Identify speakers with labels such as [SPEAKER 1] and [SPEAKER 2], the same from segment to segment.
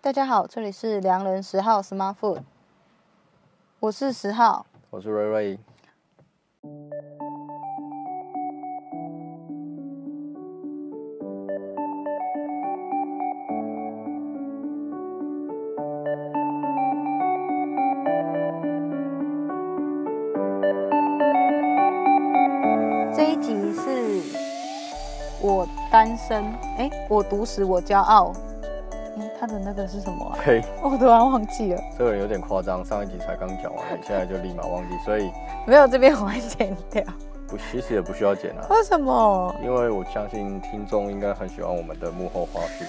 [SPEAKER 1] 大家好，这里是良人十号 Smart Food，我是十号。
[SPEAKER 2] 我是瑞瑞。
[SPEAKER 1] 这一集是我单身，哎、我独食，我骄傲。诶他的那个是什么啊？
[SPEAKER 2] 嘿，
[SPEAKER 1] 我突然忘记了，
[SPEAKER 2] 这个人有点夸张，上一集才刚讲 完，现在就立马忘记，所以
[SPEAKER 1] 没有，这边我会剪掉。
[SPEAKER 2] 不，其实也不需要剪啊，
[SPEAKER 1] 为什么？
[SPEAKER 2] 因为我相信听众应该很喜欢我们的幕后花絮。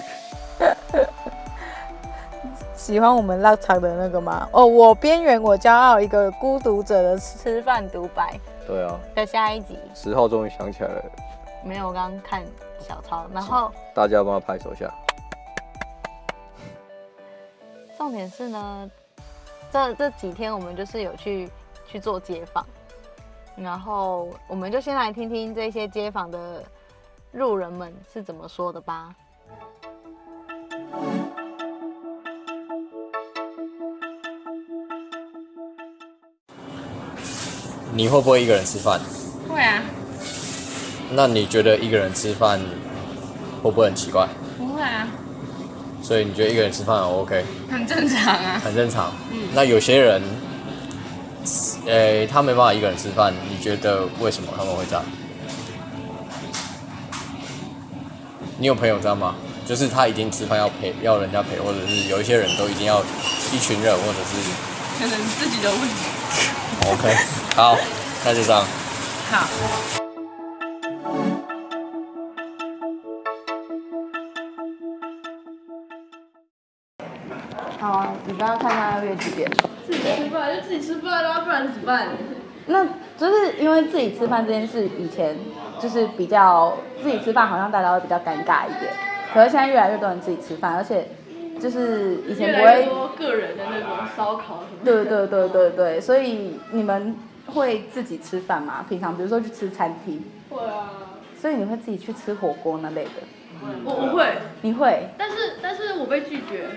[SPEAKER 1] 喜欢我们浪潮的那个吗？哦，我边缘，我骄傲，一个孤独者的吃饭独白
[SPEAKER 2] 对啊，
[SPEAKER 1] 的下一集。
[SPEAKER 2] 十号终于想起来了，
[SPEAKER 1] 没有，我刚刚看小抄，然后
[SPEAKER 2] 大家帮他拍手一下。
[SPEAKER 1] 重点是呢，这这几天我们就是有去去做街访，然后我们就先来听听这些街访的路人们是怎么说的吧。
[SPEAKER 3] 你会不会一个人吃饭？
[SPEAKER 4] 会啊，
[SPEAKER 3] 那你觉得一个人吃饭会不会很奇怪？
[SPEAKER 4] 不会啊，
[SPEAKER 3] 所以你觉得一个人吃饭很 OK，
[SPEAKER 4] 很正常啊。
[SPEAKER 3] 很正常。那有些人，呃，他没办法一个人吃饭，你觉得为什么他们会这样？你有朋友这样吗？就是他一定吃饭要陪，要人家陪，或者是有一些人都一定要一群人，或者是
[SPEAKER 4] 可能自己的问题。
[SPEAKER 3] OK。好， 那就这样。
[SPEAKER 4] 好，
[SPEAKER 1] 好啊，你不要看他要约几点。
[SPEAKER 4] 自己吃饭就自己吃饭啦，不然怎么办？
[SPEAKER 1] 那就是因为自己吃饭这件事，以前就是比较自己吃饭，好像大家会比较尴尬一点。可是现在越来越多人自己吃饭，而且就是以前
[SPEAKER 4] 越
[SPEAKER 1] 不
[SPEAKER 4] 来
[SPEAKER 1] 会
[SPEAKER 4] 越多个人的那种烧烤什么的。
[SPEAKER 1] 对对对对对，所以你们会自己吃饭吗？平常比如说去吃餐厅，
[SPEAKER 4] 会啊，
[SPEAKER 1] 所以你会自己去吃火锅那类的？
[SPEAKER 4] 我我会，
[SPEAKER 1] 你会？
[SPEAKER 4] 但是但是我被拒绝。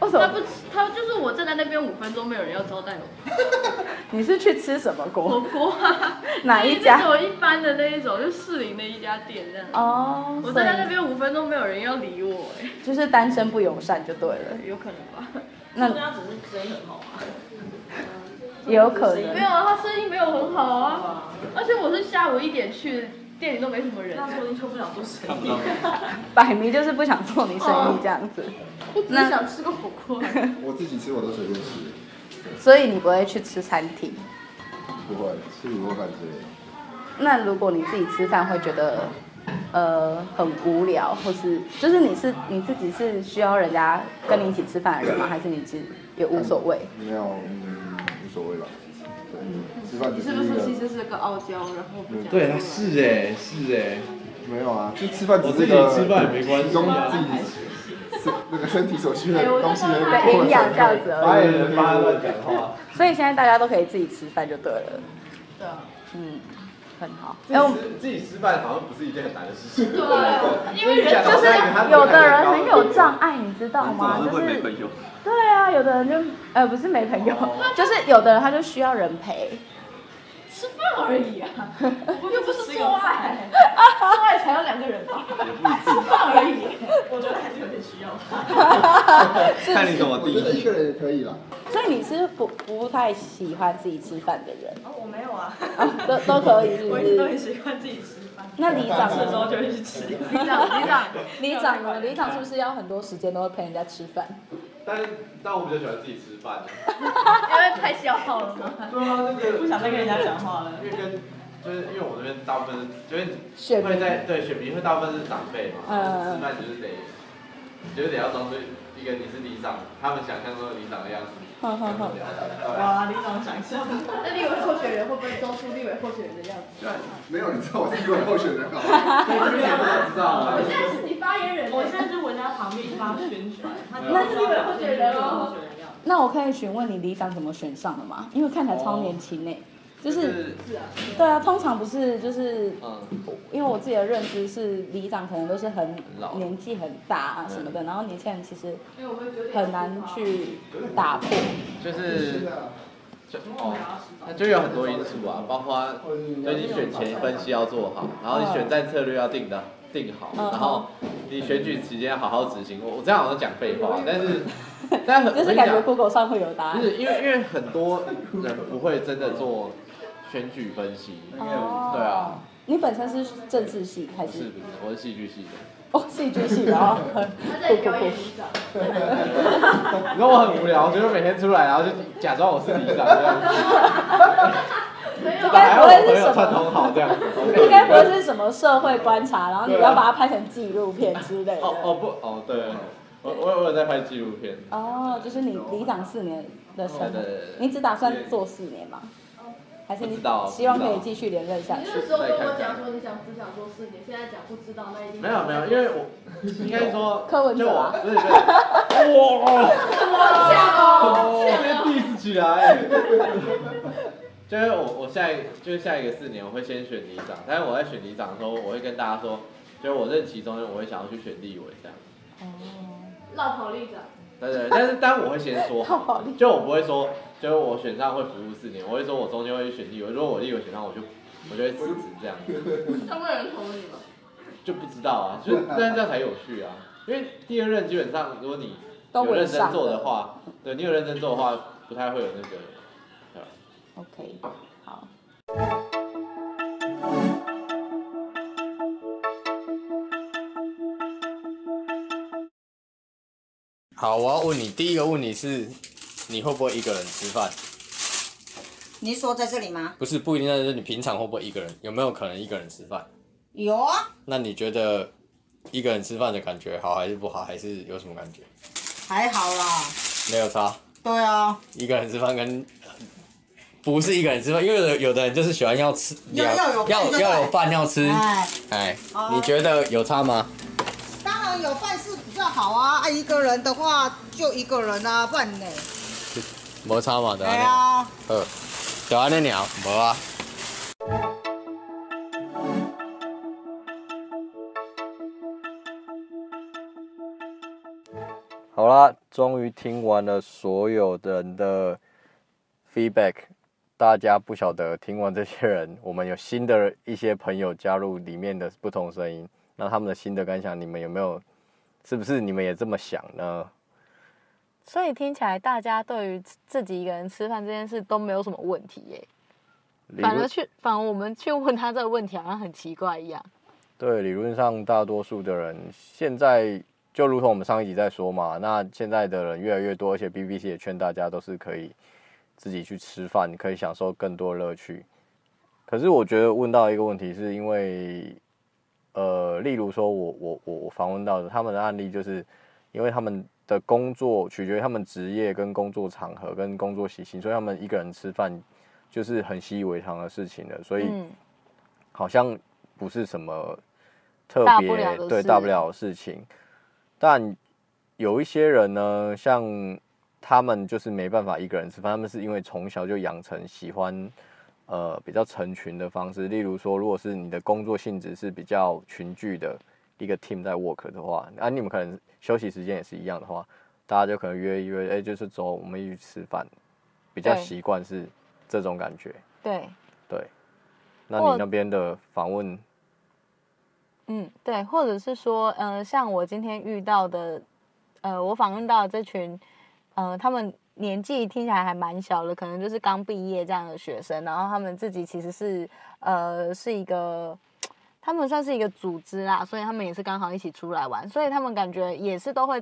[SPEAKER 1] 为什
[SPEAKER 4] 他
[SPEAKER 1] 么？
[SPEAKER 4] 不吃，他就是我站在那边五分钟，没有人要招待 我。
[SPEAKER 1] 你是去吃什么
[SPEAKER 4] 火
[SPEAKER 1] 锅？
[SPEAKER 4] 锅 啊，
[SPEAKER 1] 哪一家
[SPEAKER 4] 就是那种一般的那一种，就士林的一家店这 样。
[SPEAKER 1] 哦，
[SPEAKER 4] 我
[SPEAKER 1] 所
[SPEAKER 4] 站在那
[SPEAKER 1] 以
[SPEAKER 4] 边五分钟，没有人要理我、哎，
[SPEAKER 1] 就是单身不友善就对了。
[SPEAKER 4] 有可能吧？
[SPEAKER 1] 那
[SPEAKER 4] 家只是声音很好啊嘛。
[SPEAKER 1] 也有可
[SPEAKER 4] 没
[SPEAKER 1] 能
[SPEAKER 4] 有啊，他生意没有很好啊，而且我是下午一点去，店里都没什么人。那说不定就不想做生意。
[SPEAKER 1] 摆明就是不想做你生意这样子，
[SPEAKER 4] 我只是想吃个火锅。
[SPEAKER 5] 我自己吃我都随便吃，
[SPEAKER 1] 所以你不会去吃餐厅。
[SPEAKER 5] 不会吃卤肉饭之类的。
[SPEAKER 1] 那如果你自己吃饭会觉得呃很无聊，或是就是你是你自己是需要人家跟你一起吃饭的人吗？还是你其实也无所谓？
[SPEAKER 5] 没有，嗯，无所谓吧。对，吃饭只是一
[SPEAKER 4] 实
[SPEAKER 5] 个，
[SPEAKER 4] 是个傲娇，然后不讲？
[SPEAKER 6] 对，是哎，是哎，
[SPEAKER 5] 没有啊，就吃饭只
[SPEAKER 6] 我
[SPEAKER 5] 是
[SPEAKER 6] 自
[SPEAKER 5] 一
[SPEAKER 6] 己
[SPEAKER 5] 个
[SPEAKER 6] 吃饭也没关系
[SPEAKER 5] 供
[SPEAKER 6] 啊
[SPEAKER 5] 自己身那个身体所需的东西的一个
[SPEAKER 1] 对营养这样子而已
[SPEAKER 5] 发言的
[SPEAKER 6] 八
[SPEAKER 5] 过
[SPEAKER 6] 乱
[SPEAKER 5] 程
[SPEAKER 6] 讲话。
[SPEAKER 1] 所以现在大家都可以自己吃饭就对了。
[SPEAKER 4] 对啊。
[SPEAKER 1] 嗯，很好。
[SPEAKER 6] 自
[SPEAKER 1] 哎、我
[SPEAKER 6] 己吃自己吃饭好像不是一件很难的事情。
[SPEAKER 4] 对啊，因为人
[SPEAKER 1] 就是有的人很有障碍，你知道吗？就是对啊，有的人就呃不是没朋友，就是有的人他就需要人陪。
[SPEAKER 4] 吃饭而已啊，又不是做爱，做爱才要两个人吧？吃饭而已。我觉得还是有点需要。
[SPEAKER 6] 看你怎么
[SPEAKER 5] 我觉得一个人也可以啦。
[SPEAKER 1] 所以你是不不太喜欢自己吃饭的人
[SPEAKER 4] 我没有啊，
[SPEAKER 1] 啊，都都可以是不
[SPEAKER 4] 我一直都
[SPEAKER 1] 是？
[SPEAKER 4] 很喜欢自己吃饭，
[SPEAKER 1] 那里长
[SPEAKER 4] 吃的时
[SPEAKER 1] 呢？
[SPEAKER 4] 候就会去吃。
[SPEAKER 1] 里长，里长，里长呢？里长是不是要很多时间都会陪人家吃饭？
[SPEAKER 6] 但是但我比较喜欢自己吃饭。
[SPEAKER 4] 因为太消耗了嘛，
[SPEAKER 6] 对啊，这个
[SPEAKER 4] 不想再跟人家讲话了。
[SPEAKER 6] 因为跟就是因为我这边大部分是就是
[SPEAKER 1] 选
[SPEAKER 6] 会在对选民会大部分是长辈嘛，
[SPEAKER 1] 嗯
[SPEAKER 6] 吃饭就是得就是得要装出一个你是里长，他们想象中的里长的样子，
[SPEAKER 1] 哼哼哼
[SPEAKER 6] 对，
[SPEAKER 4] 李总想象，那立委候选人会不会装出立委候选人的样子？
[SPEAKER 5] 没有，你知道我是一位候选人啊。
[SPEAKER 6] 就是你不知道啊。
[SPEAKER 4] 现在是你发言人，我现在是文家旁边发宣传，那是立委候选人哦。
[SPEAKER 6] 哦
[SPEAKER 1] 那我可以询问你里长怎么选上的吗？因为看起来超年轻呢、欸就是对啊，通常不是就是
[SPEAKER 6] 嗯，
[SPEAKER 1] 因为我自己的认知是里长可能都是很
[SPEAKER 6] 老
[SPEAKER 1] 年纪很大啊什么的，然后年轻人其实
[SPEAKER 4] 因为我会觉得
[SPEAKER 1] 很难去打破。
[SPEAKER 6] 就是就哦，那就有很多因素啊，包括就你选前分析要做好，然后你选战策略要定的定好，
[SPEAKER 1] 嗯
[SPEAKER 6] 然后你选举期间要好好执行。我我这样好像讲废话，但是但很
[SPEAKER 1] 嗯 就是
[SPEAKER 6] 我跟你
[SPEAKER 1] 感觉
[SPEAKER 6] 讲，
[SPEAKER 1] Google 上会有答
[SPEAKER 6] 不
[SPEAKER 1] 案。
[SPEAKER 6] 是因为因为很多人不会真的做选举分析，
[SPEAKER 1] 哦
[SPEAKER 6] 对啊，
[SPEAKER 1] 你本身是政治系还
[SPEAKER 6] 不是
[SPEAKER 1] 是
[SPEAKER 6] 不是，我是戏剧系的，
[SPEAKER 1] 哦戏剧系的哦？
[SPEAKER 4] 他在表演里长，
[SPEAKER 6] 你知道我很无聊，我觉得每天出来然后就假装我是里长这样子，
[SPEAKER 4] 没
[SPEAKER 1] 这
[SPEAKER 4] 有
[SPEAKER 1] 该
[SPEAKER 6] 还
[SPEAKER 1] 不
[SPEAKER 6] 好我
[SPEAKER 1] 会
[SPEAKER 6] 朋
[SPEAKER 1] 是
[SPEAKER 6] 友
[SPEAKER 1] 什
[SPEAKER 6] 串
[SPEAKER 1] 么？
[SPEAKER 6] 通好这样子，
[SPEAKER 1] 应该不会是什么社会观察，然后你
[SPEAKER 6] 对啊
[SPEAKER 1] 要把它拍成纪录片之类的。
[SPEAKER 6] 哦哦不哦，对，我我我有在拍纪录片。
[SPEAKER 1] 哦，就是你里长四年的生
[SPEAKER 6] 对
[SPEAKER 1] 活
[SPEAKER 6] 对对，
[SPEAKER 1] 你只打算做四年吗？还是
[SPEAKER 6] 不
[SPEAKER 1] 你
[SPEAKER 6] 知道
[SPEAKER 1] 希望
[SPEAKER 6] 不知
[SPEAKER 1] 可以
[SPEAKER 6] 道
[SPEAKER 1] 继续连任下
[SPEAKER 4] 你
[SPEAKER 1] 去？
[SPEAKER 4] 那时候跟我讲说你想只想做四年，现在讲不知道，那一定
[SPEAKER 6] 没有没有，因为 我应该说
[SPEAKER 1] 柯文
[SPEAKER 6] 就
[SPEAKER 1] 哲
[SPEAKER 6] 我
[SPEAKER 1] 啊
[SPEAKER 6] 不是不 是，哇，
[SPEAKER 4] 哦
[SPEAKER 6] 特
[SPEAKER 1] 啊
[SPEAKER 6] 别哦 diss 起来。就是我我下一就是下一个四年我会先选里长，但是我在选里长的时候，我会跟大家说，就是我任期中间我会想要去选立委这样。
[SPEAKER 4] 绕跑里长，
[SPEAKER 6] 对对，但是但我会先说
[SPEAKER 1] 好
[SPEAKER 6] 好
[SPEAKER 1] 厉害，
[SPEAKER 6] 就我不会说，就是我选上会服务四年，我会说我中间会去选立委，如果我立委选上，我就我就会辞职这样 子。
[SPEAKER 4] 上面有人投你吗？
[SPEAKER 6] 就不知道啊，就是但这样才有趣啊。因为第二任基本上，如果你
[SPEAKER 1] 都
[SPEAKER 6] 有
[SPEAKER 1] 稳
[SPEAKER 6] 认真
[SPEAKER 1] 上
[SPEAKER 6] 做的话，对你有认真做的话，不太会有那个。对
[SPEAKER 1] OK，
[SPEAKER 6] 吧
[SPEAKER 1] 好。
[SPEAKER 7] 好，我要问你，第一个问你是，你会不会一个人吃饭？
[SPEAKER 8] 你是说在这里吗？
[SPEAKER 7] 不是不一定，就是你平常会不会一个人？有没有可能一个人吃饭？
[SPEAKER 8] 有啊，
[SPEAKER 7] 那你觉得一个人吃饭的感觉好还是不好？还是有什么感觉？
[SPEAKER 8] 还好啦。
[SPEAKER 7] 没有差，
[SPEAKER 8] 对啊，
[SPEAKER 7] 一个人吃饭跟不是一个人吃饭，因为有的有的人就是喜欢要吃，
[SPEAKER 8] 要要有
[SPEAKER 7] 要
[SPEAKER 8] 饭就对
[SPEAKER 7] 要有饭要吃。
[SPEAKER 8] 哎，
[SPEAKER 7] 哎，
[SPEAKER 8] 哦
[SPEAKER 7] 你觉得有差吗？
[SPEAKER 8] 当然有饭是比较好啊。啊，一个人的话就一个人啊，饭呢？
[SPEAKER 7] 没差嘛，对
[SPEAKER 8] 哎
[SPEAKER 7] 吧？
[SPEAKER 8] 呀，
[SPEAKER 7] 呃，对啊，那鸟没啊。
[SPEAKER 3] 好啦，终于听完了所有人的 feedback。大家不晓得听完这些人，我们有新的一些朋友加入里面的不同声音，那他们的新的感想，你们有没有？是不是你们也这么想呢？
[SPEAKER 2] 所以听起来大家对于自己一个人吃饭这件事都没有什么问题耶、
[SPEAKER 3] 理
[SPEAKER 2] 反
[SPEAKER 3] 论
[SPEAKER 2] 而去反而我们去问他这个问题好像很奇怪一样。
[SPEAKER 3] 对，理论上大多数的人现在就如同我们上一集在说嘛，那现在的人越来越多，而且 BBC 也劝大家都是可以自己去吃饭，可以享受更多乐趣。可是我觉得问到一个问题，是因为呃，例如说我我我我访问到的他们的案例，就是因为他们的工作取决于他们职业跟工作场合跟工作习性，所以他们一个人吃饭就是很习以为常的事情了，所以。
[SPEAKER 2] 嗯，
[SPEAKER 3] 好像不是什么特
[SPEAKER 2] 大不了
[SPEAKER 3] 别
[SPEAKER 2] 的
[SPEAKER 3] 对
[SPEAKER 2] 事
[SPEAKER 3] 大不了的事情，但有一些人呢，像他们就是没办法一个人吃饭，他们是因为从小就养成喜欢呃比较成群的方式，例如说，如果是你的工作性质是比较群聚的一个 team 在 work 的话，啊，你们可能休息时间也是一样的话，大家就可能约一约，哎、就是走，我们一起吃饭，比较
[SPEAKER 2] 对
[SPEAKER 3] 习惯是这种感觉。
[SPEAKER 2] 对，
[SPEAKER 3] 对，那
[SPEAKER 2] 或
[SPEAKER 3] 你那边的访问，
[SPEAKER 2] 嗯，对，或者是说，呃，像我今天遇到的，呃，我访问到的这群，呃，他们年纪听起来还蛮小的，可能就是刚毕业这样的学生，然后他们自己其实是，呃，是一个，他们算是一个组织啦，所以他们也是刚好一起出来玩，所以他们感觉也是都会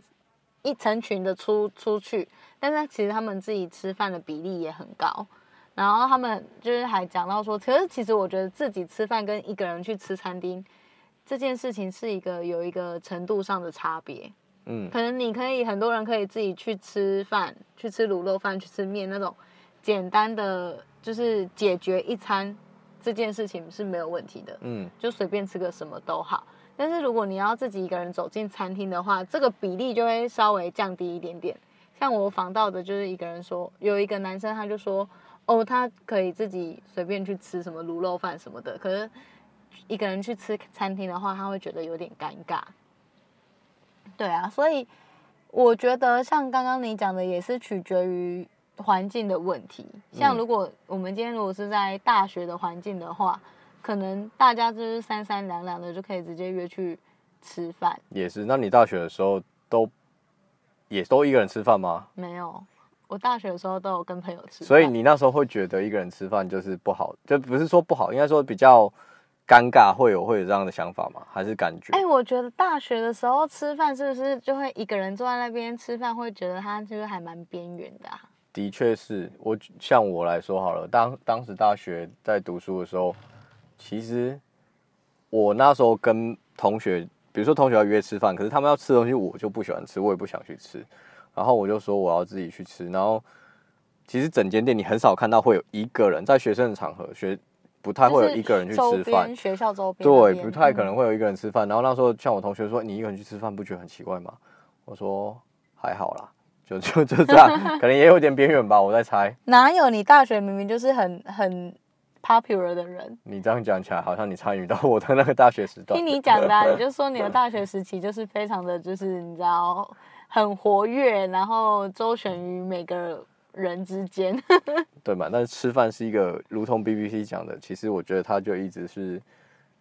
[SPEAKER 2] 一成群的出出去，但是其实他们自己吃饭的比例也很高。然后他们就是还讲到说，可是其实我觉得自己吃饭跟一个人去吃餐厅这件事情是一个有一个程度上的差别。
[SPEAKER 3] 嗯，
[SPEAKER 2] 可能你可以很多人可以自己去吃饭，去吃卤肉饭，去吃面那种简单的，就是解决一餐这件事情是没有问题的，
[SPEAKER 3] 嗯，
[SPEAKER 2] 就随便吃个什么都好。但是如果你要自己一个人走进餐厅的话，这个比例就会稍微降低一点点。像我访到的就是一个人说，有一个男生他就说，哦，他可以自己随便去吃什么卤肉饭什么的，可是一个人去吃餐厅的话，他会觉得有点尴尬。对啊，所以我觉得像刚刚你讲的，也是取决于环境的问题。像如果我们今天如果是在大学的环境的话，可能大家就是三三两两的就可以直接约去吃饭，
[SPEAKER 3] 也是。那你大学的时候都也都一个人吃饭吗？
[SPEAKER 2] 没有。我大学的时候都有跟朋友吃饭，
[SPEAKER 3] 所以你那时候会觉得一个人吃饭就是不好，就不是说不好，应该说比较尴尬，会有会有这样的想法吗？还是感觉？
[SPEAKER 2] 哎、我觉得大学的时候吃饭是不是就会一个人坐在那边吃饭，会觉得他就是还蛮边缘的啊？
[SPEAKER 3] 的确是我像我来说好了，当当时大学在读书的时候，其实我那时候跟同学，比如说同学要约吃饭，可是他们要吃的东西我就不喜欢吃，我也不想去吃，然后我就说我要自己去吃，然后其实整间店你很少看到会有一个人，在学生的场合学不太会有一个人去
[SPEAKER 2] 周
[SPEAKER 3] 吃饭
[SPEAKER 2] 边，学校周边那
[SPEAKER 3] 对，
[SPEAKER 2] 边嗯
[SPEAKER 3] 不太可能会有一个人吃饭。然后那时候像我同学说，你一个人去吃饭不觉得很奇怪吗？我说还好啦，就就就这样， 可能也有点边缘吧，我在猜。
[SPEAKER 2] 哪有你大学明明就是很很 popular 的人，
[SPEAKER 3] 你这样讲起来，好像你参与到我的那个大学时段。
[SPEAKER 2] 听你讲 的、啊，你就说你的大学时期就是非常的，就是你知道很活跃，然后周旋于每个人之间。
[SPEAKER 3] 对嘛？但是吃饭是一个，如同 BBC 讲的，其实我觉得他就一直是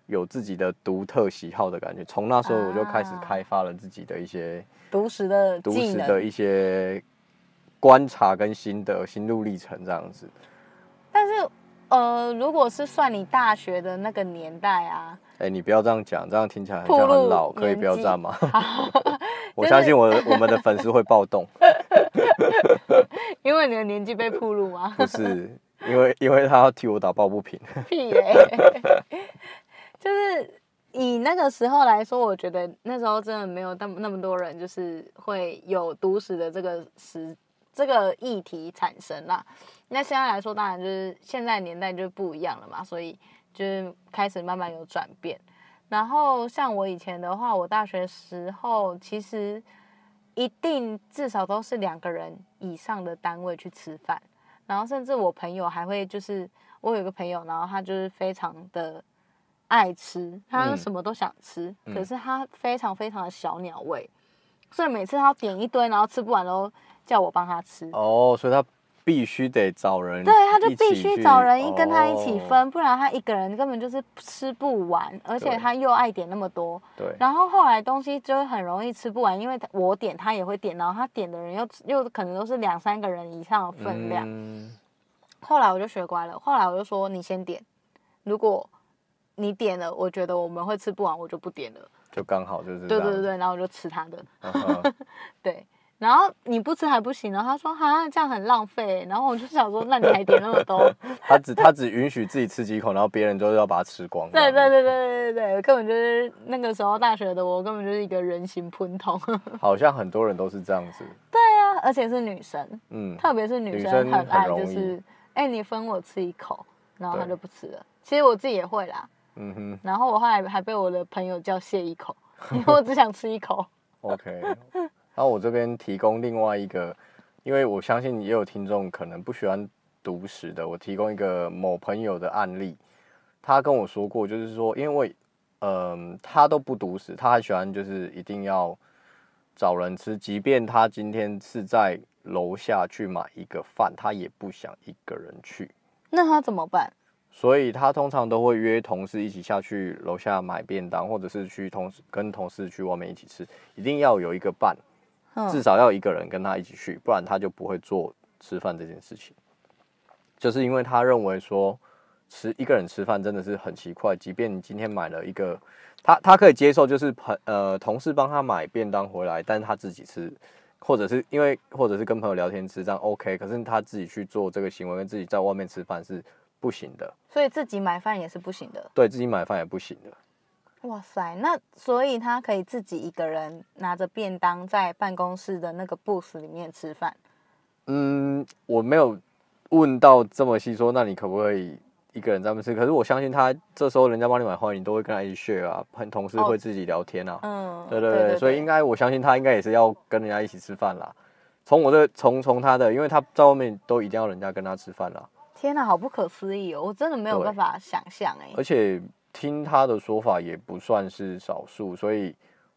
[SPEAKER 3] 有自己的独特喜好的感觉。从那时候我就开始
[SPEAKER 2] 啊
[SPEAKER 3] 开发了自己的一些
[SPEAKER 2] 独食的
[SPEAKER 3] 读
[SPEAKER 2] 技
[SPEAKER 3] 史
[SPEAKER 2] 能，
[SPEAKER 3] 的一些观察跟心得、心路历程这样子。
[SPEAKER 2] 但是呃，如果是算你大学的那个年代啊，
[SPEAKER 3] 哎、你不要这样讲，这样听起来很
[SPEAKER 2] 暴
[SPEAKER 3] 像
[SPEAKER 2] 露
[SPEAKER 3] 很老，可以
[SPEAKER 2] 年
[SPEAKER 3] 不要
[SPEAKER 2] 纪
[SPEAKER 3] 这样吗？ 我
[SPEAKER 2] 就是
[SPEAKER 3] 相信我的我们的粉丝会暴动，
[SPEAKER 2] 因为你的年纪被暴露吗？
[SPEAKER 3] 不是因为因为他要替我打抱不平，
[SPEAKER 2] 屁 嘞、就是以那个时候来说，我觉得那时候真的没有那么那么多人，就是会有毒死的这个时这个议题产生啦。那现在来说，当然就是现在年代就不一样了嘛，所以就是开始慢慢有转变。然后像我以前的话，我大学时候其实一定至少都是两个人以上的单位去吃饭，然后甚至我朋友还会就是我有一个朋友，然后他就是非常的爱吃，他
[SPEAKER 3] 嗯
[SPEAKER 2] 什么都想吃，可是他非常非常的小鸟胃，所以每次他点一堆，然后吃不完都叫我帮他吃。
[SPEAKER 3] 哦，所以他必须得找人，
[SPEAKER 2] 对，他就必须找人一跟他一起分，
[SPEAKER 3] 哦
[SPEAKER 2] 不然他一个人根本就是吃不完，而且
[SPEAKER 3] 对
[SPEAKER 2] 他又爱点那么多，
[SPEAKER 3] 对，
[SPEAKER 2] 然后后来东西就很容易吃不完，因为他我点他也会点，然后他点的人又又可能都是两三个人以上的分量。
[SPEAKER 3] 嗯
[SPEAKER 2] 后来我就学乖了，后来我就说你先点，如果你点了，我觉得我们会吃不完，我就不点了。
[SPEAKER 3] 就刚好就是啊
[SPEAKER 2] 对对对
[SPEAKER 3] 对
[SPEAKER 2] 对，然后我就吃他的。，
[SPEAKER 3] 嗯哼
[SPEAKER 2] 对，然后你不吃还不行，然后他说哈这样很浪费，欸然后我就想说那你还点那么多，
[SPEAKER 3] 他只他只允许自己吃几口，然后别人都要把它吃光。
[SPEAKER 2] 对
[SPEAKER 3] 这样
[SPEAKER 2] 对对对对对，根本就是那个时候大学的我根本就是一个人形喷筒。
[SPEAKER 3] 好像很多人都是这样子，
[SPEAKER 2] 对啊，而且是女生，
[SPEAKER 3] 嗯，
[SPEAKER 2] 特别是女
[SPEAKER 3] 女
[SPEAKER 2] 生
[SPEAKER 3] 生
[SPEAKER 2] 很
[SPEAKER 3] 很
[SPEAKER 2] 爱
[SPEAKER 3] 容
[SPEAKER 2] 就
[SPEAKER 3] 易
[SPEAKER 2] 是，哎、你分我吃一口，然后她
[SPEAKER 3] 对
[SPEAKER 2] 就不吃了。其实我自己也会啦，
[SPEAKER 3] 嗯哼
[SPEAKER 2] 然后我后来还被我的朋友叫谢一口，因为我只想吃一口。
[SPEAKER 3] ，OK。然后我这边提供另外一个，因为我相信也有听众可能不喜欢独食的，我提供一个某朋友的案例，他跟我说过，就是说，因为嗯、他都不独食，他还喜欢就是一定要找人吃，即便他今天是在楼下去买一个饭，他也不想一个人去。
[SPEAKER 2] 那他怎么办？
[SPEAKER 3] 所以他通常都会约同事一起下去楼下买便当，或者是去同事跟同事去外面一起吃，一定要有一个伴，至
[SPEAKER 2] 嗯，
[SPEAKER 3] 少要一个人跟他一起去，不然他就不会做吃饭这件事情。就是因为他认为说吃一个人吃饭真的是很奇怪，即便你今天买了一个，他他可以接受，就是朋呃同事帮他买便当回来，但是他自己吃，或者是因为或者是跟朋友聊天吃这样 OK，可是他自己去做这个行为，跟自己在外面吃饭是不行的。
[SPEAKER 2] 所以自己买饭也是不行的。
[SPEAKER 3] 对自己买饭也不行的。
[SPEAKER 2] 哇塞，那所以他可以自己一个人拿着便当在办公室的那个 booth 里面吃饭。
[SPEAKER 3] 嗯，我没有问到这么细，说那你可不可以一个人在那边吃？可是我相信他这时候人家帮你买花，你都会跟他一起 share 啊，朋同事
[SPEAKER 2] 哦
[SPEAKER 3] 会自己聊天啊。
[SPEAKER 2] 嗯，
[SPEAKER 3] 对对对，所以应该我相信他应该也是要跟人家一起吃饭啦。从我的从从他的，因为他在外面都一定要人家跟他吃饭啦，
[SPEAKER 2] 天哪，好不可思议哦！我真的没有
[SPEAKER 3] 对
[SPEAKER 2] 办法想象哎、
[SPEAKER 3] 而且听他的说法也不算是少数，所以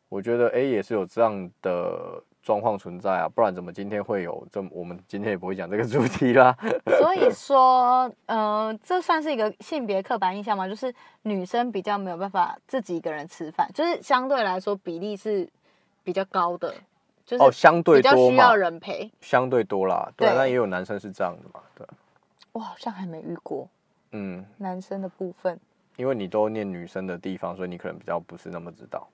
[SPEAKER 3] 我觉得 A 也是有这样的状况存在啊，不然怎么今天会有这么？我们今天也不会讲这个主题啦。
[SPEAKER 2] 所以说，呃，这算是一个性别刻板印象吗？就是女生比较没有办法自己一个人吃饭，就是相对来说比例是比较高的，就是
[SPEAKER 3] 哦，相对
[SPEAKER 2] 比较
[SPEAKER 3] 多
[SPEAKER 2] 需要
[SPEAKER 3] 嘛，
[SPEAKER 2] 人陪。
[SPEAKER 3] 相对多啦，对啊，
[SPEAKER 2] 对
[SPEAKER 3] 那也有男生是这样的嘛，对啊，
[SPEAKER 2] 我好像还没遇过
[SPEAKER 3] 嗯，
[SPEAKER 2] 男生的部分，
[SPEAKER 3] 因为你都念女生的地方，所以你可能比较不是那么知道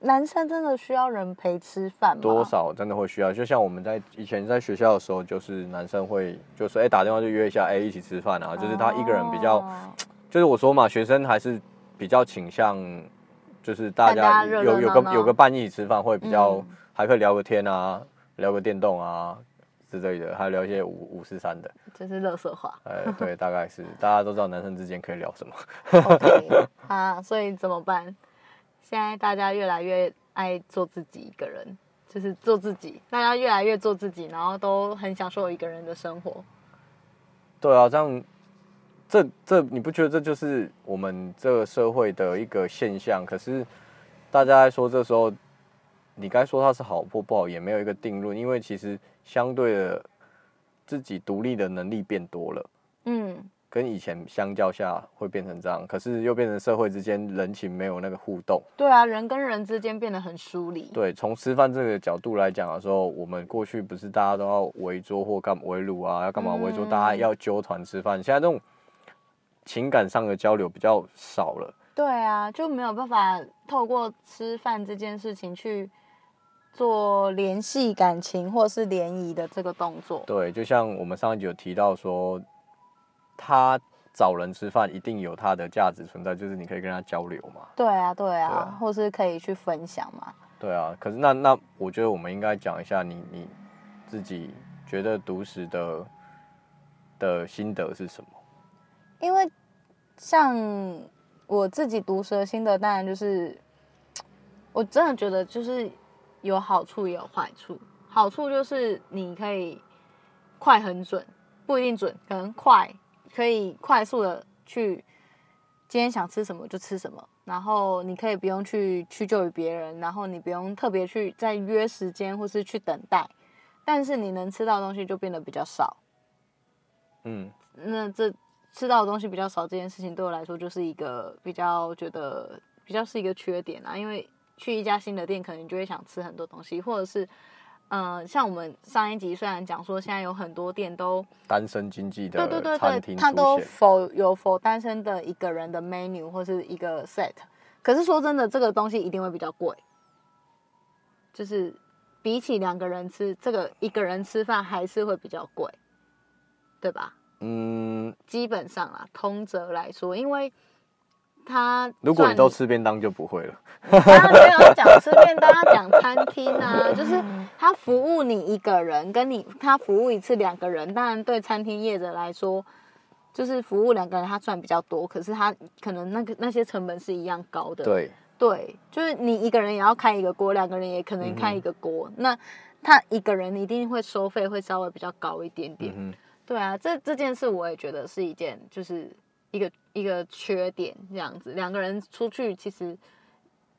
[SPEAKER 2] 男生真的需要人陪吃饭吗？
[SPEAKER 3] 多少真的会需要。就像我们在以前在学校的时候，就是男生会就是哎、打电话就约一下，哎、一起吃饭啊，就是他一个人比较。
[SPEAKER 2] 哦
[SPEAKER 3] 就是我说嘛，学生还是比较倾向，就是大
[SPEAKER 2] 大家
[SPEAKER 3] 家
[SPEAKER 2] 热
[SPEAKER 3] 有
[SPEAKER 2] 热
[SPEAKER 3] 有
[SPEAKER 2] 闹
[SPEAKER 3] 个
[SPEAKER 2] 闹
[SPEAKER 3] 有个伴一起吃饭会比较，
[SPEAKER 2] 嗯
[SPEAKER 3] 还可以聊个天啊，聊个电动啊之类的，还有聊一些五五四三的，
[SPEAKER 2] 就是乐色话。
[SPEAKER 3] 呃，对，大概是大家都知道男生之间可以聊什么，
[SPEAKER 2] OK 啊，所以怎么办？现在大家越来越爱做自己一个人，就是做自己，大家越来越做自己，然后都很享受一个人的生活。
[SPEAKER 3] 对啊，这样，这这你不觉得这就是我们这个社会的一个现象？可是大家在说这时候，你该说它是好或不好，也没有一个定论，因为其实相对的自己独立的能力变多了。
[SPEAKER 2] 嗯，
[SPEAKER 3] 跟以前相较下会变成这样，可是又变成社会之间人情没有那个互动。
[SPEAKER 2] 对啊，人跟人之间变得很疏离。
[SPEAKER 3] 对，从吃饭这个角度来讲的时候，我们过去不是大家都要围桌或干围炉啊，要干嘛
[SPEAKER 2] 嗯
[SPEAKER 3] 围桌，大家要揪团吃饭。现在这种情感上的交流比较少了，
[SPEAKER 2] 对啊，就没有办法透过吃饭这件事情去做联系感情或是联谊的这个动作。
[SPEAKER 3] 对，就像我们上一集有提到说，他找人吃饭一定有他的价值存在，就是你可以跟他交流嘛。
[SPEAKER 2] 对啊，对啊，
[SPEAKER 3] 对啊
[SPEAKER 2] 或是可以去分享嘛。
[SPEAKER 3] 对啊，可是那那我觉得我们应该讲一下你你自己觉得读史的的心得是什么？
[SPEAKER 2] 因为像我自己毒蛇心得，当然就是我真的觉得就是有好处也有坏处。好处就是你可以快很准，不一定准，可能快可以快速的去今天想吃什么就吃什么，然后你可以不用去屈就于别人，然后你不用特别去再约时间或是去等待，但是你能吃到的东西就变得比较少。
[SPEAKER 3] 嗯，
[SPEAKER 2] 那这吃到的东西比较少这件事情，对我来说就是一个比较觉得比较是一个缺点啊，因为去一家新的店，可能你就会想吃很多东西，或者是，呃，像我们上一集虽然讲说现在有很多店都
[SPEAKER 3] 单身经济
[SPEAKER 2] 对对
[SPEAKER 3] 的
[SPEAKER 2] 对
[SPEAKER 3] 餐
[SPEAKER 2] 对，
[SPEAKER 3] 厅
[SPEAKER 2] 它
[SPEAKER 3] 出
[SPEAKER 2] 都
[SPEAKER 3] 现，
[SPEAKER 2] 否有否单身的一个人的 menu 或是一个 set，可是说真的，这个东西一定会比较贵，就是比起两个人吃，这个一个人吃饭还是会比较贵，对吧？
[SPEAKER 3] 嗯，
[SPEAKER 2] 基本上啦，通则来说，因为他
[SPEAKER 3] 如果你都
[SPEAKER 2] 算，
[SPEAKER 3] 吃便当就不会了。
[SPEAKER 2] 当然没有讲吃便当，要讲餐厅啊，就是他服务你一个人，跟你他服务一次两个人，当然对餐厅业者来说，就是服务两个人他赚比较多，可是他可能那个那些成本是一样高的，
[SPEAKER 3] 对，
[SPEAKER 2] 对，就是你一个人也要开一个锅，两个人也可能
[SPEAKER 3] 嗯
[SPEAKER 2] 开一个锅，那他一个人一定会收费会稍微比较高一点点，
[SPEAKER 3] 嗯
[SPEAKER 2] 对啊，这这件事我也觉得是一件，就是一个一个缺点这样子。两个人出去其实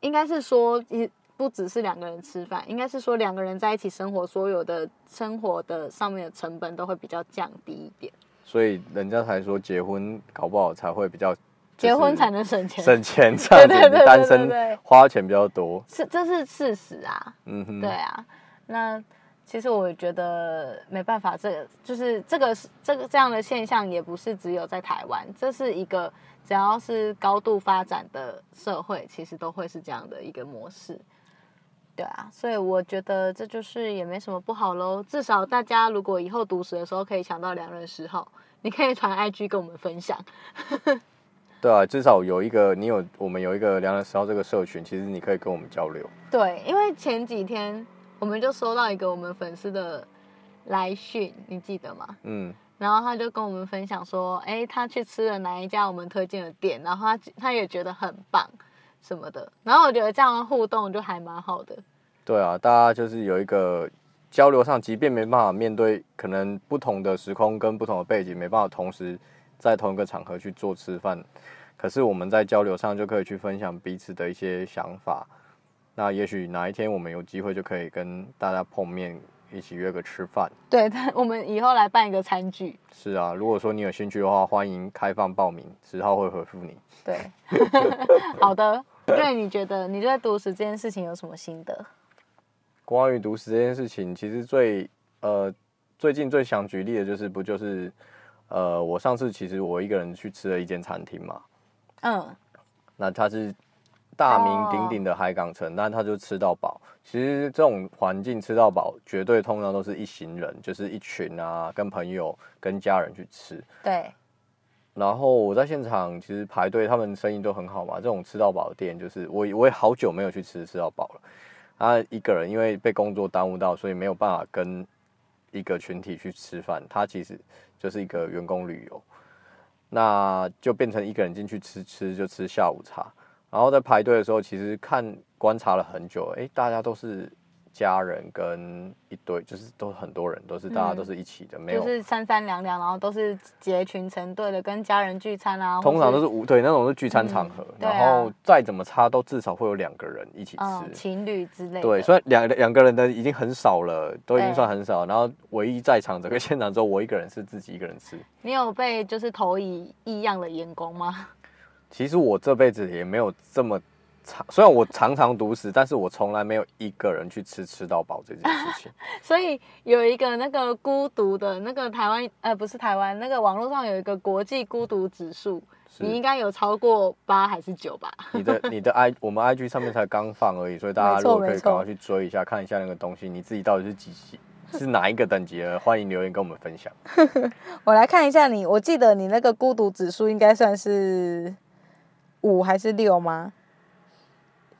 [SPEAKER 2] 应该是说，也不只是两个人吃饭，应该是说两个人在一起生活，所有的生活的上面的成本都会比较降低一点，
[SPEAKER 3] 所以人家才说结婚搞不好才会比较，
[SPEAKER 2] 结婚才
[SPEAKER 3] 能
[SPEAKER 2] 能省钱，
[SPEAKER 3] 省钱这样子，
[SPEAKER 2] 对对对
[SPEAKER 3] 你单
[SPEAKER 2] 对对对
[SPEAKER 3] 身花钱比较多。
[SPEAKER 2] 是这是事实啊。
[SPEAKER 3] 嗯哼，
[SPEAKER 2] 对啊，那其实我觉得没办法，这个就是这个是这个这样的现象也不是只有在台湾，这是一个只要是高度发展的社会，其实都会是这样的一个模式。对啊，所以我觉得这就是也没什么不好喽。至少大家如果以后读史的时候可以想到两人十号，你可以传 IG 跟我们分享。
[SPEAKER 3] 对啊，至少有一个你有我们有一个良人十号这个社群，其实你可以跟我们交流。
[SPEAKER 2] 对，因为前几天我们就收到一个我们粉丝的来讯，你记得吗？
[SPEAKER 3] 嗯，
[SPEAKER 2] 然后他就跟我们分享说，哎，他去吃了哪一家我们推荐的店，然后他他也觉得很棒什么的。然后我觉得这样互动就还蛮好的。
[SPEAKER 3] 对啊，大家就是有一个交流上，即便没办法面对可能不同的时空跟不同的背景，没办法同时在同一个场合去做吃饭，可是我们在交流上就可以去分享彼此的一些想法。那也许哪一天我们有机会就可以跟大家碰面，一起约个吃饭。
[SPEAKER 2] 对，但我们以后来办一个餐具，
[SPEAKER 3] 是啊，如果说你有兴趣的话，欢迎开放报名，十号会回复你。
[SPEAKER 2] 对，好的。那你觉得你对独食这件事情有什么心得？
[SPEAKER 3] 关于毒食这件事情，其实最呃最近最想举例的就是不就是呃我上次其实我一个人去吃了一间餐厅嘛，
[SPEAKER 2] 嗯，
[SPEAKER 3] 那它是大名鼎鼎的海港城，那它就吃到饱。其实这种环境吃到饱，绝对通常都是一行人，就是一群啊，跟朋友、跟家人去吃。
[SPEAKER 2] 对，
[SPEAKER 3] 然后我在现场其实排队，他们生意都很好嘛。这种吃到饱的店，就是我我也好久没有去吃吃到饱了。他一个人因为被工作耽误到，所以没有办法跟一个群体去吃饭。他其实就是一个员工旅游，那就变成一个人进去吃吃就吃下午茶。然后在排队的时候，其实看观察了很久，诶，大家都是家人跟一堆，就是都很多人，都是大家都是一起的，没有
[SPEAKER 2] 嗯就是三三两两，然后都是结群成队的，跟家人聚餐
[SPEAKER 1] 哦
[SPEAKER 2] 啊，
[SPEAKER 3] 通常都
[SPEAKER 2] 是
[SPEAKER 3] 是五对那种是聚
[SPEAKER 1] 嗯
[SPEAKER 3] 餐场合，
[SPEAKER 2] 对啊
[SPEAKER 3] 然后再怎么差都至少会有两个人一起
[SPEAKER 1] 哦
[SPEAKER 2] 嗯
[SPEAKER 3] 吃。
[SPEAKER 2] 情侣之类的。
[SPEAKER 3] 对，虽然两两个人的已经很少了，都已经
[SPEAKER 2] 对
[SPEAKER 3] 算很少。然后唯一在场整个现场之后，我一个人是自己一个人吃。
[SPEAKER 2] 你有被就是投以异样的眼光吗？
[SPEAKER 3] 其实我这辈子也没有这么常，虽然我常常独食，但是我从来没有一个人去吃吃到饱这件事 情。
[SPEAKER 2] 所以有一个那个孤独的那个台湾，呃，不是台湾，那个网络上有一个国际孤独指数，
[SPEAKER 3] 是
[SPEAKER 2] 你应该有超过八还是九吧？
[SPEAKER 3] 你的你的 i 我们 IG 上面才刚放而已，所以大家
[SPEAKER 1] 没
[SPEAKER 3] 如
[SPEAKER 1] 错
[SPEAKER 3] 果可以
[SPEAKER 1] 没错
[SPEAKER 3] 赶快去追一下，看一下那个东西，你自己到底是几级，是哪一个等级的，欢迎留言跟我们分享。
[SPEAKER 1] 我来看一下你，我记得你那个孤独指数应该算是五还是六吗？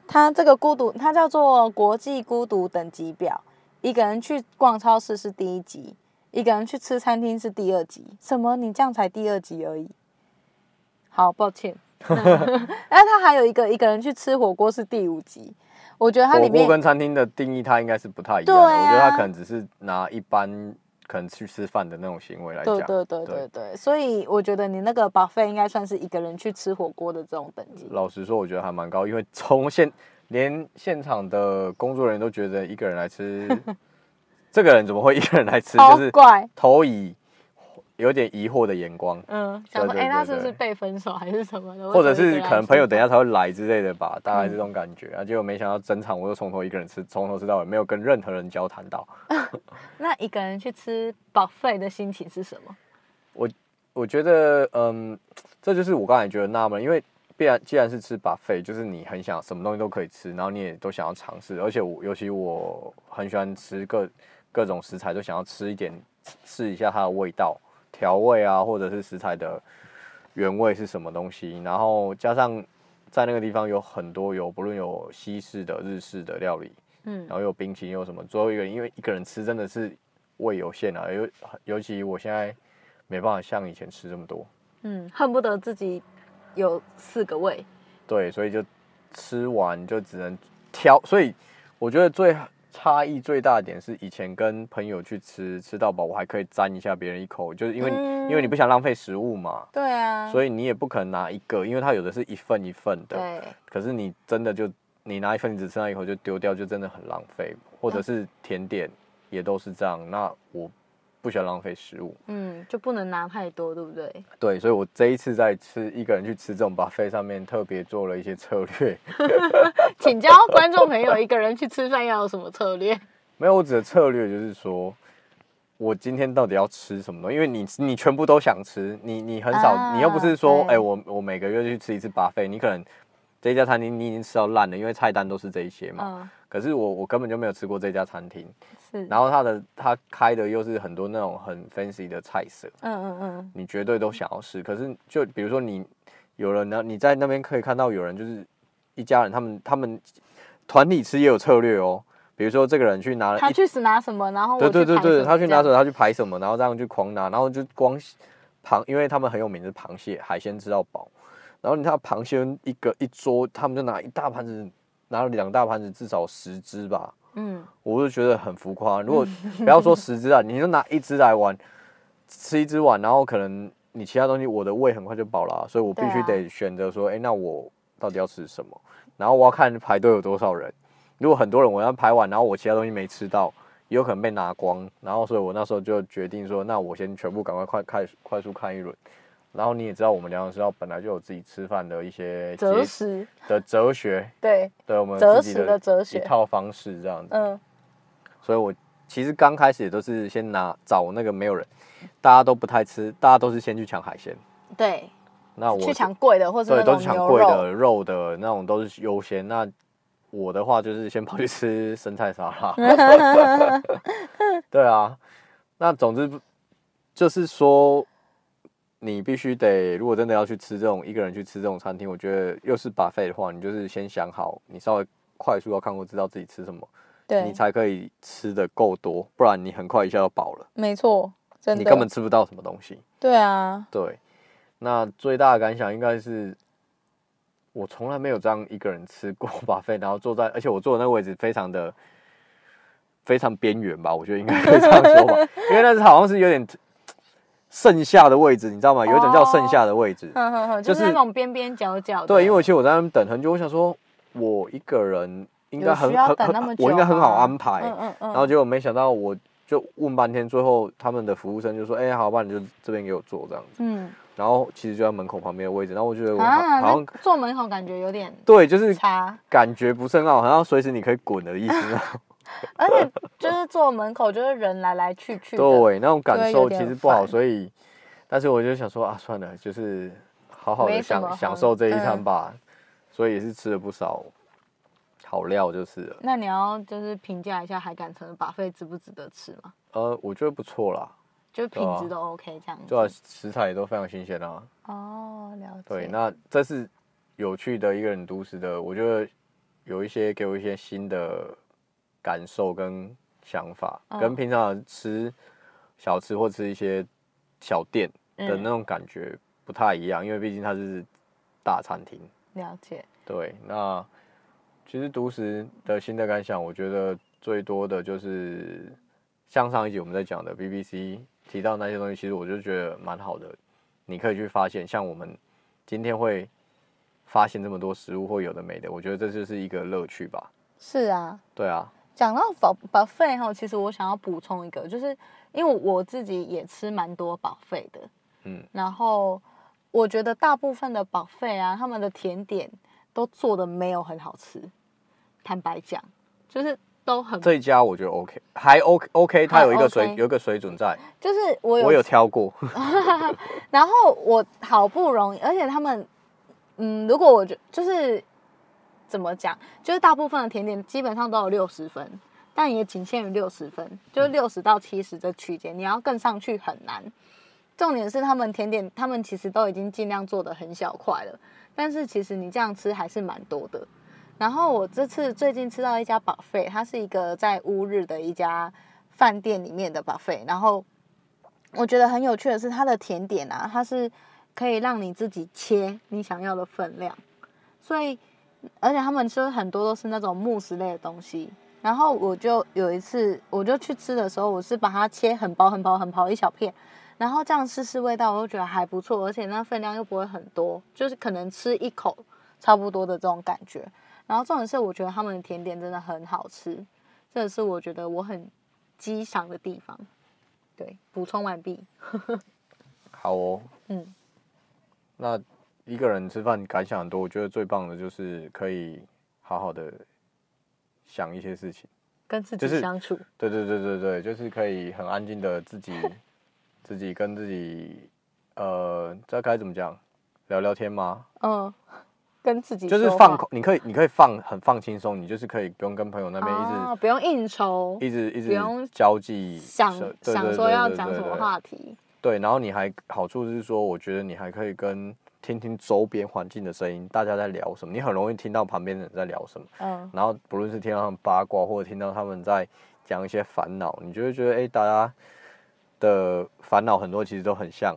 [SPEAKER 1] 它这个孤独，它叫做国际孤独等级表。一个人去逛超市是第一级，一个人去吃餐厅是第二级。什么？你这样才第二级而已？好，抱 歉。那它还有一个一个人去吃火锅是第五级。我觉得它
[SPEAKER 3] 火
[SPEAKER 1] 里面
[SPEAKER 3] 锅跟餐厅的定义，它应该是不太一样的。
[SPEAKER 1] 对啊
[SPEAKER 3] 我觉得它可能只是拿一般可能去吃饭的那种行为来讲。
[SPEAKER 1] 对对对对对，所以我觉得你那个 buffet 应该算是一个人去吃火锅的这种等级。
[SPEAKER 3] 老实说，我觉得还蛮高，因为从现连现场的工作人员都觉得一个人来 吃，这个人怎么会一个人来吃？
[SPEAKER 1] 好
[SPEAKER 3] 就是
[SPEAKER 1] 怪，
[SPEAKER 3] 投以有点疑惑的眼光。
[SPEAKER 2] 嗯，想说
[SPEAKER 3] 对对
[SPEAKER 2] 哎、
[SPEAKER 3] 对
[SPEAKER 2] 他是不
[SPEAKER 3] 对
[SPEAKER 2] 是被分手还是什么的？
[SPEAKER 3] 或者是可能朋友等一
[SPEAKER 2] 下，
[SPEAKER 3] 下才会来之类的吧，大概
[SPEAKER 1] 嗯
[SPEAKER 3] 是这种感觉啊。结果没想到整场我都从头一个人吃，从头吃到尾，没有跟任何人交谈到。
[SPEAKER 2] 那一个人去吃 buffet 的心情是什么？
[SPEAKER 3] 我觉得，嗯，这就是我刚才觉得纳闷，因为必然既然是吃 buffet，就是你很想什么东西都可以吃，然后你也都想要尝试，而且我尤其我很喜欢吃各各种食材，都想要吃一点，试一下它的味道、调味啊，或者是食材的原味是什么东西，然后加上在那个地方有很多有不论有西式的、日式的料理，
[SPEAKER 2] 嗯
[SPEAKER 3] 然，后又有冰淇淋又有什么，最后一个人因为一个人吃真的是胃有限啊，尤尤其我现在没办法像以前吃这么多，
[SPEAKER 2] 嗯，恨不得自己有四个胃。
[SPEAKER 3] 对，所以就吃完就只能挑，所以我觉得最差异最大的点是以前跟朋友去吃吃到饱，我还可以沾一下别人一口，就是因为你、因为你不想浪费食物嘛，
[SPEAKER 1] 对
[SPEAKER 2] 嗯
[SPEAKER 1] 啊，
[SPEAKER 3] 所以你也不可能拿一个，因为它有的是一份一份的，
[SPEAKER 2] 对，
[SPEAKER 3] 可是你真的就你拿一份你只吃到一口就丢掉，就真的很浪费。或者是甜点也都是这样，那我不喜欢浪费食物。
[SPEAKER 2] 嗯，就不能拿太多，对不 对？
[SPEAKER 3] 对，所以我这一次在吃一个人去吃这种 buffet 上面，特别做了一些策略。
[SPEAKER 2] 请教观众朋友，一个人去吃饭要有什么策略？
[SPEAKER 3] 没有，我指的策略就是说。我今天到底要吃什么东西？因为你你全部都想吃，你你很少，
[SPEAKER 2] 啊
[SPEAKER 3] 你又不是说，哎、
[SPEAKER 2] 对
[SPEAKER 3] 我我每个月去吃一次 buffet，你可能这一家餐厅你已经吃到烂了，因为菜单都是这一些嘛。
[SPEAKER 2] 嗯，
[SPEAKER 3] 可是我我根本就没有吃过这家餐厅，
[SPEAKER 2] 是，嗯
[SPEAKER 3] 然后它的它开的又是很多那种很 fancy 的菜色，
[SPEAKER 2] 嗯嗯，
[SPEAKER 3] 你绝对都想要试。可是就比如说你有人呢，你在那边可以看到有人就是一家人，他们他们团体吃也有策略哦。比如说这个人去拿了
[SPEAKER 2] 他
[SPEAKER 3] 呃一，
[SPEAKER 2] 去是拿什么，然后我
[SPEAKER 3] 对对对
[SPEAKER 2] 排什
[SPEAKER 3] 对，
[SPEAKER 2] 么
[SPEAKER 3] 他去拿
[SPEAKER 2] 这
[SPEAKER 3] 手，
[SPEAKER 2] 样
[SPEAKER 3] 他去排什么，然后这样去狂拿，然后就光螃，因为他们很有名的螃蟹海鲜吃到饱，然后你看到螃蟹一个一桌，他们就拿一大盘子，拿了两大盘子，至少十只吧。
[SPEAKER 2] 嗯，
[SPEAKER 3] 我就觉得很浮夸。如果
[SPEAKER 1] 嗯
[SPEAKER 3] 不 要说十只啊，你就拿一只来玩，吃一只碗，然后可能你其他东西我的胃很快就饱了啊、所以我必须
[SPEAKER 2] 对啊
[SPEAKER 3] 得选择说，哎、那我到底要吃什么？然后我要看排队有多少人。如果很多人，我要排完，然后我其他东西没吃到，也有可能被拿光。然后，所以我那时候就决定说，那我先全部赶快快快快速看一轮。然后你也知道，我们疗养师要本来就有自己吃饭的一些
[SPEAKER 1] 择
[SPEAKER 3] 节
[SPEAKER 1] 食，
[SPEAKER 3] 的哲学，
[SPEAKER 1] 对，
[SPEAKER 3] 对我们
[SPEAKER 1] 择
[SPEAKER 3] 自己
[SPEAKER 1] 食的哲
[SPEAKER 3] 一
[SPEAKER 1] 学
[SPEAKER 3] 套方式这样子。
[SPEAKER 1] 嗯，
[SPEAKER 3] 所以我其实刚开始也都是先拿找那个没有人，大家都不太吃，大家都是先去抢海鲜。
[SPEAKER 1] 对，
[SPEAKER 3] 那我
[SPEAKER 1] 去抢贵的或者
[SPEAKER 3] 对
[SPEAKER 1] 那
[SPEAKER 3] 都
[SPEAKER 1] 种
[SPEAKER 3] 是抢
[SPEAKER 1] 牛
[SPEAKER 3] 贵
[SPEAKER 1] 肉，
[SPEAKER 3] 的肉的那种都是优先。那我的话就是先跑去吃生菜沙拉。 对啊，那总之不就是说，你必须得，如果真的要去吃这种一个人去吃这种餐厅，我觉得又是 buffet 的话，你就是先想好，你稍微快速要看过，知道自己吃什么。你
[SPEAKER 1] 对，
[SPEAKER 3] 才可以吃的够多，不然你很快一下就饱了，
[SPEAKER 1] 没错，真
[SPEAKER 3] 你
[SPEAKER 1] 的，
[SPEAKER 3] 根本吃不到什么东西。
[SPEAKER 1] 对啊，
[SPEAKER 3] 对，那最大的感想应该是，我从来没有这样一个人吃过 把费，然后坐在，而且我坐的那个位置非常的非常边缘吧，我觉得应该可以这样说 吧，因为那是好像是有点剩下的位置，你知道吗？有一种叫剩下的位置。
[SPEAKER 1] 哼哼哼，
[SPEAKER 2] 就
[SPEAKER 1] 就是
[SPEAKER 3] 是
[SPEAKER 2] 那种边边角角的。嗯
[SPEAKER 3] 对，因为其实我在那边等很久，我想说我一个人应该
[SPEAKER 1] 有
[SPEAKER 3] 很
[SPEAKER 1] 需要
[SPEAKER 3] 很
[SPEAKER 1] 等那么
[SPEAKER 3] 很，我应
[SPEAKER 1] 久
[SPEAKER 3] 该很好
[SPEAKER 1] 吗
[SPEAKER 3] 安排。
[SPEAKER 1] 嗯嗯嗯，
[SPEAKER 3] 然后结果没想到，我就问半天，最后他们的服务生就说：“哎、好吧，你就这边给我坐这样子。
[SPEAKER 1] 嗯”
[SPEAKER 3] 然后其实就在门口旁边的位置，然后我觉得我好,、
[SPEAKER 2] 啊，
[SPEAKER 3] 好
[SPEAKER 2] 那
[SPEAKER 3] 像
[SPEAKER 2] 坐门口感觉有点
[SPEAKER 3] 对，就是
[SPEAKER 2] 差，
[SPEAKER 3] 感觉不是很好，好像随时你可以滚的意思。
[SPEAKER 1] 而且就是坐门口就是人来来去去的，
[SPEAKER 3] 对，那种感
[SPEAKER 1] 对
[SPEAKER 3] 受
[SPEAKER 1] 有
[SPEAKER 3] 其
[SPEAKER 1] 点
[SPEAKER 3] 实不 好，
[SPEAKER 1] 烦
[SPEAKER 3] 所以，但是我就想说啊，算了，就是好好
[SPEAKER 1] 没
[SPEAKER 3] 的
[SPEAKER 1] 什么
[SPEAKER 3] 享
[SPEAKER 1] 好
[SPEAKER 3] 享受这一餐
[SPEAKER 1] 嗯
[SPEAKER 3] 吧。所以也是吃了不少好料，就是了。
[SPEAKER 2] 那你要就是评价一下海港城的把费值不值得吃嘛？
[SPEAKER 3] 呃，我觉得不错啦，
[SPEAKER 2] 就是品
[SPEAKER 3] 对啊
[SPEAKER 2] 质都 OK 这样子。
[SPEAKER 3] 对、啊，食材也都非常新鲜啊。
[SPEAKER 2] 哦，了解。
[SPEAKER 3] 对，那这是有趣的一个人都市的，我觉得有一些给我一些新的感受跟想法，跟平常吃小吃或吃一些小店
[SPEAKER 2] 嗯
[SPEAKER 3] 的那种感觉不太一样，因为毕竟它是大餐厅。
[SPEAKER 2] 了解。
[SPEAKER 3] 对，那其实独食的新的感想，我觉得最多的就是像上一集我们在讲的 BBC 提到那些东西，其实我就觉得蛮好的，你可以去发现，像我们今天会发现这么多食物或有的没的，我觉得这就是一个乐趣吧。
[SPEAKER 2] 是啊，
[SPEAKER 3] 对啊，
[SPEAKER 2] 讲到保保费哈，其实我想要补充一个，就是因为我自己也吃蛮多保费的，
[SPEAKER 3] 嗯，
[SPEAKER 2] 然后我觉得大部分的保费啊，他们的甜点都做的没有很好吃，坦白讲，就是都很，
[SPEAKER 3] 这一家我觉得 OK，还 OK OK，它
[SPEAKER 2] 还
[SPEAKER 3] 有一个水
[SPEAKER 2] OK
[SPEAKER 3] 有一个水准在，
[SPEAKER 2] 就是我有
[SPEAKER 3] 我有挑过，
[SPEAKER 2] 然后我好不容易，而且他们，嗯，如果我觉就是怎么讲，就是大部分的甜点基本上都有六十分，但也仅限于六十分，就是六十到七十这区间，你要更上去很难。重点是他们甜点，他们其实都已经尽量做的很小块了，但是其实你这样吃还是蛮多的。然后我这次最近吃到一家 buffet，它是一个在乌日的一家饭店里面的 buffet，然后我觉得很有趣的是，它的甜点啊，它是可以让你自己切你想要的分量，所以而且他们吃很多都是那种慕斯类的东西。然后我就有一次，我就去吃的时候，我是把它切很薄很薄很薄一小片，然后这样试试味道，我就觉得还不错，而且那分量又不会很多，就是可能吃一口差不多的这种感觉。然后重点是，我觉得他们的甜点真的很好吃，这也是我觉得我很激赏的地方。对，补充完毕。
[SPEAKER 3] 好哦，
[SPEAKER 2] 嗯，
[SPEAKER 3] 那一个人吃饭感想很多，我觉得最棒的就是可以好好的想一些事情。
[SPEAKER 2] 跟自
[SPEAKER 3] 就
[SPEAKER 2] 己
[SPEAKER 3] 是
[SPEAKER 2] 相处，
[SPEAKER 3] 对对对对对，就是可以很安静的 自己自己跟自己呃，这该怎么讲？聊聊天吗？
[SPEAKER 2] 嗯，跟自己
[SPEAKER 3] 就是
[SPEAKER 2] 说
[SPEAKER 3] 放
[SPEAKER 2] 话
[SPEAKER 3] 空，你可以你可以放很放轻松，你就是可以不用跟朋友那边
[SPEAKER 2] 哦，
[SPEAKER 3] 一
[SPEAKER 2] 不用应酬
[SPEAKER 3] 直、，一直
[SPEAKER 2] 不
[SPEAKER 3] 一直
[SPEAKER 2] 用
[SPEAKER 3] 交际，
[SPEAKER 2] 想
[SPEAKER 3] 对对
[SPEAKER 2] 想
[SPEAKER 3] 对
[SPEAKER 2] 说
[SPEAKER 3] 对
[SPEAKER 2] 要
[SPEAKER 3] 对
[SPEAKER 2] 讲
[SPEAKER 3] 对
[SPEAKER 2] 什么
[SPEAKER 3] 对
[SPEAKER 2] 话题，
[SPEAKER 3] 对，然后你还好处是说，我觉得你还可以跟听听周边环境的声音，大家在聊什么，你很容易听到旁边的人在聊什么。
[SPEAKER 2] 嗯，
[SPEAKER 3] 然后不论是听到他们八卦，或者听到他们在讲一些烦恼，你就会觉得，哎、大家的烦恼很多其实都很像。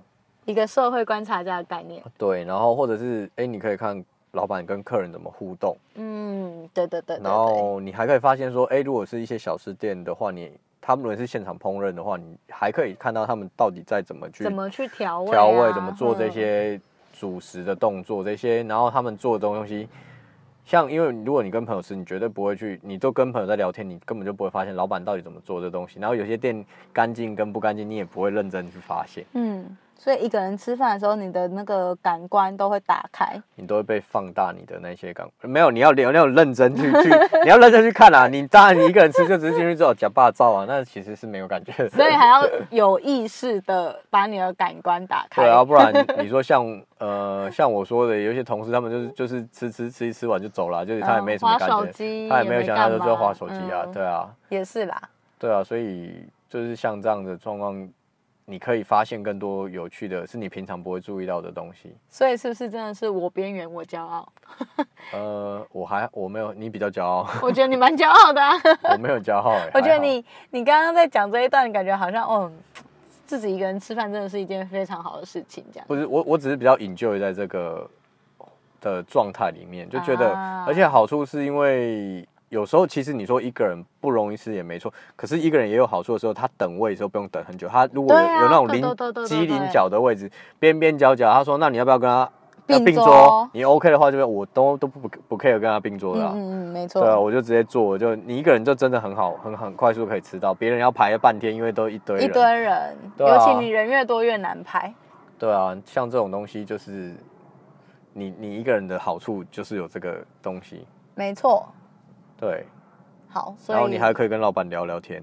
[SPEAKER 2] 一个社会观察家的概念，
[SPEAKER 3] 哦对，然后或者是，哎、你可以看老板跟客人怎么互动，
[SPEAKER 9] 嗯，对对对对对，
[SPEAKER 3] 然后你还可以发现说，哎、如果是一些小吃店的话，你他们如果是现场烹饪的话，你还可以看到他们到底在怎么去
[SPEAKER 9] 怎么去调味、啊？
[SPEAKER 3] 调味，怎么做
[SPEAKER 2] 嗯
[SPEAKER 3] 这些主食的动作，这些，然后他们做的东西，像因为如果你跟朋友吃，你绝对不会去，你都跟朋友在聊天，你根本就不会发现老板到底怎么做这东西。然后有些店干净跟不干净，你也不会认真去发现，
[SPEAKER 2] 嗯，所以一个人吃饭的时候，你的那个感官都会打开。
[SPEAKER 3] 你都会被放大你的那些感。没有，你要你要你要认 真去去，你要认真去看啊！你当然你一个人吃就只是进去之后假霸照啊，那其实是没有感觉的。
[SPEAKER 2] 所以还要有意识的把你的感官打开。
[SPEAKER 3] 对啊，不然你说像呃像我说的，有一些同事他们就是就是吃吃吃一吃完就走了，啊就是他也
[SPEAKER 9] 嗯
[SPEAKER 3] 没什么
[SPEAKER 9] 滑
[SPEAKER 2] 哦
[SPEAKER 3] 感
[SPEAKER 9] 手
[SPEAKER 3] 觉，
[SPEAKER 9] 机
[SPEAKER 3] 他
[SPEAKER 9] 也
[SPEAKER 3] 没有
[SPEAKER 9] 没
[SPEAKER 3] 想他
[SPEAKER 9] 干
[SPEAKER 3] 就是在
[SPEAKER 9] 嘛
[SPEAKER 3] 划手机啊，
[SPEAKER 9] 嗯
[SPEAKER 3] 对啊，
[SPEAKER 2] 也是啦，
[SPEAKER 3] 对啊，所以就是像这样的状况，你可以发现更多有趣的，是你平常不会注意到的东西。
[SPEAKER 9] 所以是不是真的是我边缘我骄傲？
[SPEAKER 3] 呃，我还我没有，你比较骄傲，
[SPEAKER 9] 我觉得你蛮骄傲的、啊，
[SPEAKER 3] 我没有骄傲、 欸，
[SPEAKER 2] 我觉得
[SPEAKER 3] 还好
[SPEAKER 2] 你你刚刚在讲这一段，感觉好像哦，自己一个人吃饭真的是一件非常好的事情，这样。
[SPEAKER 3] 不是我，我只是比较 enjoy 在这个的状态里面，就觉得，
[SPEAKER 2] 啊
[SPEAKER 3] 而且好处是因为有时候其实你说一个人不容易吃也没错，可是一个人也有好处的时候，他等位的时候不用等很久，他如果有,、
[SPEAKER 9] 对啊
[SPEAKER 3] 有那种
[SPEAKER 9] 对
[SPEAKER 3] 零
[SPEAKER 9] 对对对对
[SPEAKER 3] 鸡零
[SPEAKER 9] 对
[SPEAKER 3] 角的位置，边边角角，他说那你要不要跟他要
[SPEAKER 2] 并
[SPEAKER 3] 并
[SPEAKER 2] 桌
[SPEAKER 3] 桌？你 OK 的话就会，我都都不不 care 跟他并桌的、啊。
[SPEAKER 2] 嗯嗯嗯，没
[SPEAKER 3] 对啊，
[SPEAKER 2] 错，
[SPEAKER 3] 我就直接做，我就你一个人就真的很好，很很快速可以吃到，别人要排半天，因为都一堆人。
[SPEAKER 2] 一堆人，
[SPEAKER 3] 对啊
[SPEAKER 2] 尤其你人越多越难排。
[SPEAKER 3] 对啊，像这种东西就是你你一个人的好处就是有这个东西，
[SPEAKER 2] 没错，
[SPEAKER 3] 对，
[SPEAKER 2] 好，所以
[SPEAKER 3] 然后你还可以跟老板聊聊天，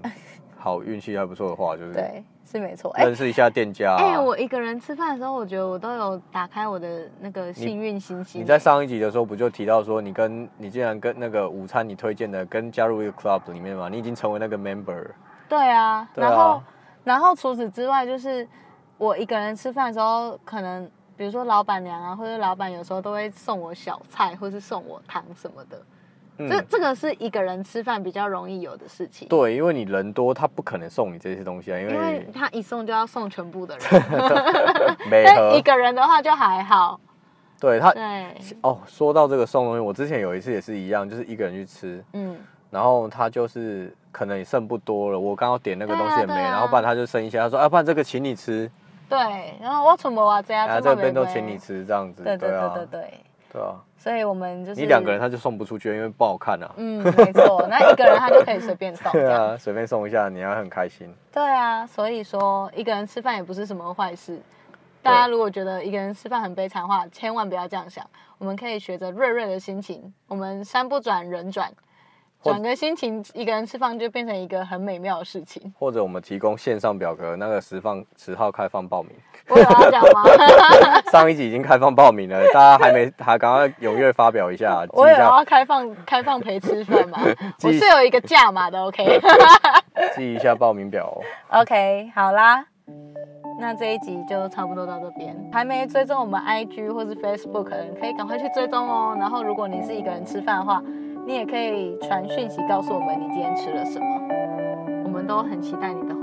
[SPEAKER 3] 好运气还不错的话就是
[SPEAKER 2] 对是没错，哎、
[SPEAKER 3] 认识一下店家、啊。
[SPEAKER 9] 哎、我一个人吃饭的时候，我觉得我都有打开我的那个幸运星星。
[SPEAKER 3] 你在上一集的时候不就提到说你跟你竟然跟那个午餐你推荐的跟加入一个 club 里面嘛，你已经成为那个 member，
[SPEAKER 2] 对啊，
[SPEAKER 3] 对啊
[SPEAKER 2] 然后然后除此之外，就是我一个人吃饭的时候，可能比如说老板娘啊，或者老板有时候都会送我小菜，或是送我糖什么的。这
[SPEAKER 3] 嗯，
[SPEAKER 2] 这个是一个人吃饭比较容易有的事情，
[SPEAKER 3] 对，因为你人多，他不可能送你这些东西啊，
[SPEAKER 9] 因
[SPEAKER 3] 因
[SPEAKER 9] 为
[SPEAKER 3] 为
[SPEAKER 9] 他一送就要送全部的人，
[SPEAKER 3] 没
[SPEAKER 9] 但
[SPEAKER 3] 喝
[SPEAKER 9] 一，个人的话就还好。
[SPEAKER 3] 对他
[SPEAKER 9] 对，
[SPEAKER 3] 哦，说到这个送东西，我之前有一次也是一样，就是一个人去吃，
[SPEAKER 9] 嗯，
[SPEAKER 3] 然后他就是可能也剩不多了，我刚好点那个东西也
[SPEAKER 9] 对
[SPEAKER 3] 没，
[SPEAKER 9] 啊对啊
[SPEAKER 3] 然后不然他就剩一些，他说啊，不然这个请你吃，
[SPEAKER 2] 对。然后我存不啊这样，
[SPEAKER 3] 然后
[SPEAKER 2] 这
[SPEAKER 3] 这
[SPEAKER 2] 么
[SPEAKER 3] 个便
[SPEAKER 2] 没
[SPEAKER 3] 都
[SPEAKER 2] 关
[SPEAKER 3] 请你吃，这样子，
[SPEAKER 2] 对对对
[SPEAKER 3] 啊
[SPEAKER 2] 对，对，
[SPEAKER 3] 对啊，
[SPEAKER 2] 所以我们就是
[SPEAKER 3] 你两个人，他就送不出去，因为不好看啊，
[SPEAKER 2] 嗯，没错，那一个人他就可以随便送，
[SPEAKER 3] 对
[SPEAKER 2] 这样
[SPEAKER 3] 啊，随便送一下，你还很开心，
[SPEAKER 2] 对啊，所以说一个人吃饭也不是什么坏事。大家如果觉得一个人吃饭很悲惨的话，千万不要这样想。我们可以学着瑞瑞的心情，我们山不转人转，
[SPEAKER 3] 或
[SPEAKER 2] 转个心情，一个人吃饭就变成一个很美妙的事情。
[SPEAKER 3] 或者我们提供线上表格，那个十放十号开 放报名，
[SPEAKER 2] 我有要讲吗？
[SPEAKER 3] 上一集已经开放报名了，大家还没还赶快踊跃发表一下，记
[SPEAKER 2] 我有
[SPEAKER 3] 一下
[SPEAKER 2] 要开放开放陪吃饭吗？
[SPEAKER 3] 记
[SPEAKER 2] 我是有一个价码的，OK。
[SPEAKER 3] 记一下报名表哦、
[SPEAKER 2] OK，好啦，那这一集就差不多到这边。还没追踪我们 IG 或是 Facebook 的人，可以赶快去追踪哦。然后，如果你是一个人吃饭的话，你也可以传讯息告诉我们你今天吃了什么，我们都很期待你的